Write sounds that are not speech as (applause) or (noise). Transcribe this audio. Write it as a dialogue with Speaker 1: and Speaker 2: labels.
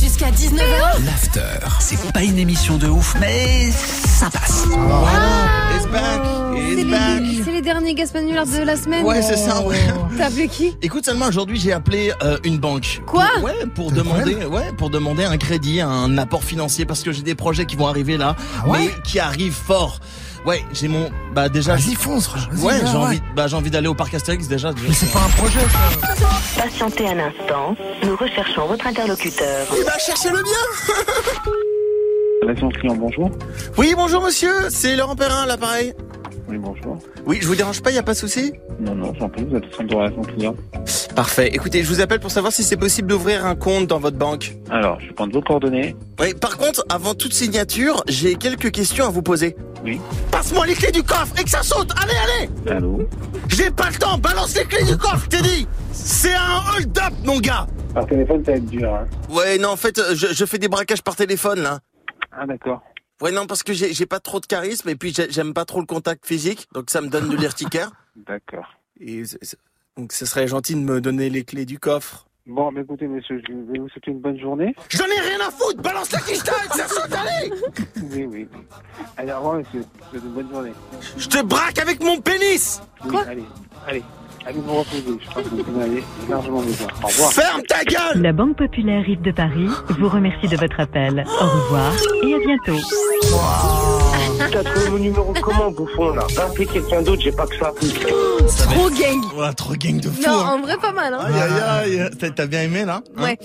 Speaker 1: jusqu'à 19h.
Speaker 2: L'after, c'est pas une émission de ouf, mais ça passe.
Speaker 3: It's back,
Speaker 1: Ah, oh, C'est
Speaker 3: it's back.
Speaker 1: les, c'est les derniers Gaspanulars de la semaine.
Speaker 3: Ouais, c'est ça, ouais. (laughs)
Speaker 1: T'as appelé qui
Speaker 3: Écoute seulement, aujourd'hui j'ai appelé euh, une banque.
Speaker 1: Quoi
Speaker 3: Pour- Ouais, pour demander, ouais, pour demander un crédit, un apport financier, parce que j'ai des projets qui vont arriver là,
Speaker 4: ouais
Speaker 3: mais qui arrivent fort. Ouais, j'ai mon, bah déjà,
Speaker 4: Vas-y, fonce, Roger, vas-y,
Speaker 3: ouais,
Speaker 4: va,
Speaker 3: j'ai
Speaker 4: ouais.
Speaker 3: envie, bah j'ai envie d'aller au parc Astérix déjà.
Speaker 4: Mais c'est pas un projet, ça.
Speaker 5: Patientez un instant, nous recherchons votre interlocuteur.
Speaker 3: Il va chercher le bien.
Speaker 6: Relation client, bonjour.
Speaker 3: Oui, bonjour monsieur, c'est Laurent Perrin, l'appareil.
Speaker 6: Oui, bonjour.
Speaker 3: Oui, je vous dérange pas, y a pas de souci.
Speaker 6: Non, non, j'en prie, vous êtes au centre de relation client.
Speaker 3: Parfait. Écoutez, je vous appelle pour savoir si c'est possible d'ouvrir un compte dans votre banque.
Speaker 6: Alors, je vais prendre vos coordonnées.
Speaker 3: Oui, par contre, avant toute signature, j'ai quelques questions à vous poser.
Speaker 6: Oui.
Speaker 3: Passe-moi les clés du coffre et que ça saute Allez, allez
Speaker 6: Allô
Speaker 3: J'ai pas le temps Balance les clés du coffre, t'es dit C'est un hold-up, mon gars
Speaker 6: Par téléphone, ça va être dur, hein.
Speaker 3: Ouais, non, en fait, euh, je, je fais des braquages par téléphone, là.
Speaker 6: Ah, d'accord.
Speaker 3: Ouais, non, parce que j'ai j'ai pas trop de charisme et puis j'ai- j'aime pas trop le contact physique, donc ça me donne de l'urticaire.
Speaker 6: D'accord.
Speaker 3: (laughs) Et c'est- c'est- donc ce serait gentil de me donner les clés du coffre.
Speaker 6: Bon, mais écoutez, monsieur, je vais vous souhaiter une bonne journée.
Speaker 3: J'en ai rien à foutre Balance la cristal, ça saute, allez
Speaker 6: Oui, oui. Allez, au revoir, monsieur. Je vous souhaite une bonne journée.
Speaker 3: Je te braque avec mon pénis
Speaker 6: Oui,
Speaker 1: Quoi
Speaker 6: allez, allez. Allez vous reposer. Je crois que vous pouvez aller largement besoin. Au revoir.
Speaker 3: Ferme ta gueule
Speaker 7: La Banque Populaire Rive de Paris vous remercie de votre appel. Au revoir et à bientôt.
Speaker 8: T'as trouvé mon numéro comment, bouffon, là Va appeler quelqu'un d'autre, j'ai pas que ça.
Speaker 1: Trop gang.
Speaker 3: Ouais, trop gang de fou
Speaker 1: Non,
Speaker 3: hein. Ah,
Speaker 1: en vrai, pas mal. Hein.
Speaker 3: Aïe aïe aïe, T'as- t'as bien aimé là hein
Speaker 1: Ouais.